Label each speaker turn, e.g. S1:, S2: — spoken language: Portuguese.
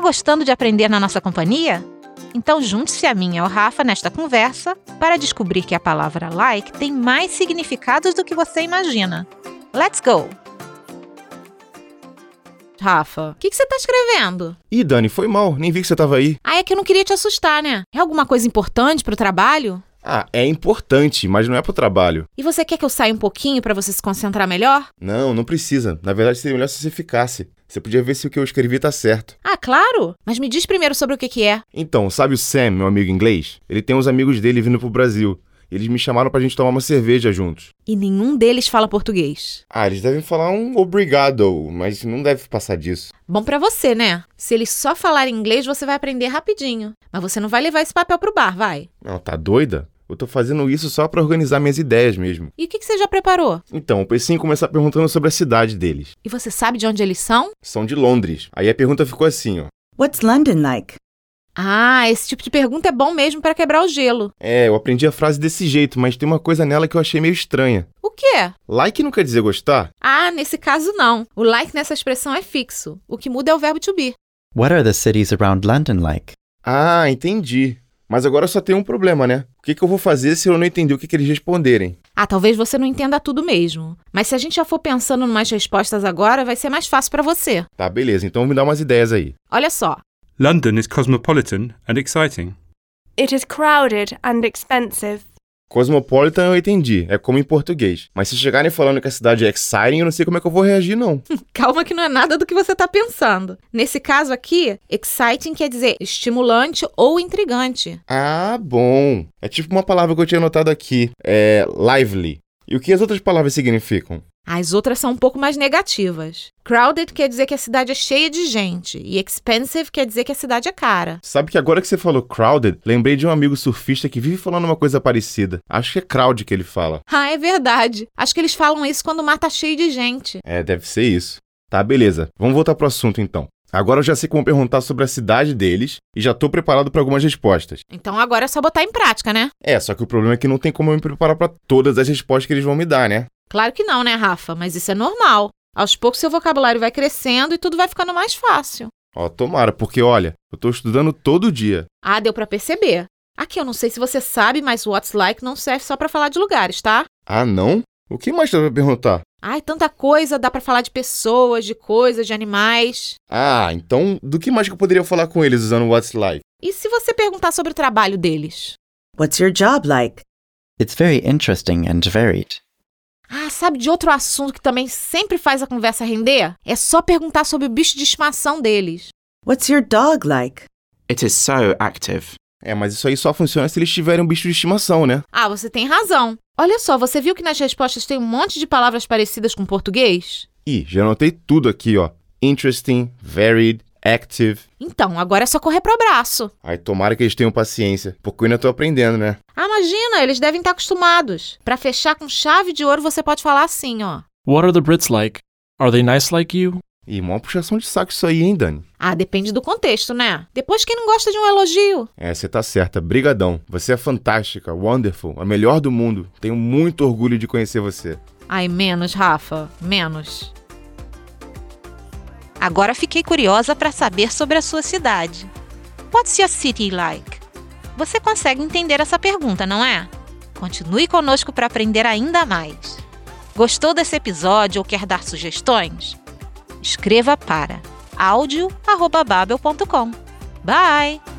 S1: gostando de aprender na nossa companhia? Então junte-se a mim e ao Rafa nesta conversa para descobrir que a palavra like tem mais significados do que você imagina. Let's go! Rafa, o que, que você tá escrevendo?
S2: Ih, Dani, foi mal. Nem vi que você tava aí.
S1: Ah, é que eu não queria te assustar, né? É alguma coisa importante pro trabalho?
S2: Ah, é importante, mas não é pro trabalho.
S1: E você quer que eu saia um pouquinho para você se concentrar melhor?
S2: Não, não precisa. Na verdade, seria melhor se você ficasse. Você podia ver se o que eu escrevi tá certo.
S1: Ah, claro! Mas me diz primeiro sobre o que, que é.
S2: Então, sabe o Sam, meu amigo inglês? Ele tem uns amigos dele vindo pro Brasil. Eles me chamaram pra gente tomar uma cerveja juntos.
S1: E nenhum deles fala português.
S2: Ah, eles devem falar um obrigado, mas não deve passar disso.
S1: Bom pra você, né? Se eles só falarem inglês, você vai aprender rapidinho. Mas você não vai levar esse papel pro bar, vai.
S2: Não, tá doida? Eu tô fazendo isso só pra organizar minhas ideias mesmo.
S1: E o que, que você já preparou?
S2: Então, eu pensei em começar perguntando sobre a cidade deles.
S1: E você sabe de onde eles são?
S2: São de Londres. Aí a pergunta ficou assim, ó.
S3: What's London like?
S1: Ah, esse tipo de pergunta é bom mesmo pra quebrar o gelo.
S2: É, eu aprendi a frase desse jeito, mas tem uma coisa nela que eu achei meio estranha.
S1: O quê?
S2: Like não quer dizer gostar?
S1: Ah, nesse caso não. O like nessa expressão é fixo. O que muda é o verbo to be.
S4: What are the cities around London like?
S2: Ah, entendi. Mas agora só tem um problema, né? O que, que eu vou fazer se eu não entender o que, que eles responderem?
S1: Ah, talvez você não entenda tudo mesmo. Mas se a gente já for pensando em umas respostas agora, vai ser mais fácil pra você.
S2: Tá, beleza, então me dá umas ideias aí.
S1: Olha só.
S5: London is cosmopolitan and exciting.
S6: It is crowded and expensive.
S2: Cosmopolitan eu entendi, é como em português. Mas se chegarem falando que a cidade é exciting, eu não sei como é que eu vou reagir, não.
S1: Calma que não é nada do que você tá pensando. Nesse caso aqui, exciting quer dizer estimulante ou intrigante.
S2: ah, bom. É tipo uma palavra que eu tinha anotado aqui. É lively. E o que as outras palavras significam?
S1: As outras são um pouco mais negativas. Crowded quer dizer que a cidade é cheia de gente, e expensive quer dizer que a cidade é cara.
S2: Sabe que agora que você falou crowded, lembrei de um amigo surfista que vive falando uma coisa parecida. Acho que é crowd que ele fala.
S1: Ah, é verdade. Acho que eles falam isso quando o mar tá cheio de gente.
S2: É, deve ser isso. Tá, beleza. Vamos voltar pro assunto então. Agora eu já sei como perguntar sobre a cidade deles e já tô preparado para algumas respostas.
S1: Então agora é só botar em prática, né?
S2: É, só que o problema é que não tem como eu me preparar para todas as respostas que eles vão me dar, né?
S1: Claro que não, né, Rafa? Mas isso é normal. Aos poucos seu vocabulário vai crescendo e tudo vai ficando mais fácil.
S2: Ó, tomara, porque olha, eu tô estudando todo dia.
S1: Ah, deu pra perceber. Aqui eu não sei se você sabe, mas o What's Like não serve só pra falar de lugares, tá?
S2: Ah, não? O que mais dá pra perguntar?
S1: Ai, tanta coisa, dá pra falar de pessoas, de coisas, de animais.
S2: Ah, então do que mais que eu poderia falar com eles usando o What's Life?
S1: E se você perguntar sobre o trabalho deles?
S3: What's your job like?
S4: It's very interesting and varied.
S1: Ah, sabe de outro assunto que também sempre faz a conversa render? É só perguntar sobre o bicho de estimação deles.
S3: What's your dog like?
S7: It is so active.
S2: É, mas isso aí só funciona se eles tiverem um bicho de estimação, né?
S1: Ah, você tem razão. Olha só, você viu que nas respostas tem um monte de palavras parecidas com português?
S2: Ih, já anotei tudo aqui, ó. Interesting, varied, active.
S1: Então, agora é só correr pro abraço.
S2: Ai, tomara que eles tenham paciência, porque eu ainda tô aprendendo, né?
S1: Ah, imagina, eles devem estar acostumados. Pra fechar com chave de ouro, você pode falar assim, ó.
S8: What are the Brits like? Are they nice like you?
S2: Ih, mó puxação de saco isso aí, hein, Dani?
S1: Ah, depende do contexto, né? Depois quem não gosta de um elogio?
S2: É, você tá certa. Brigadão. Você é fantástica, wonderful, a melhor do mundo. Tenho muito orgulho de conhecer você.
S1: Ai, menos, Rafa, menos.
S9: Agora fiquei curiosa para saber sobre a sua cidade. What's your city like? Você consegue entender essa pergunta, não é? Continue conosco para aprender ainda mais. Gostou desse episódio ou quer dar sugestões? Escreva para audio@babel.com. Bye.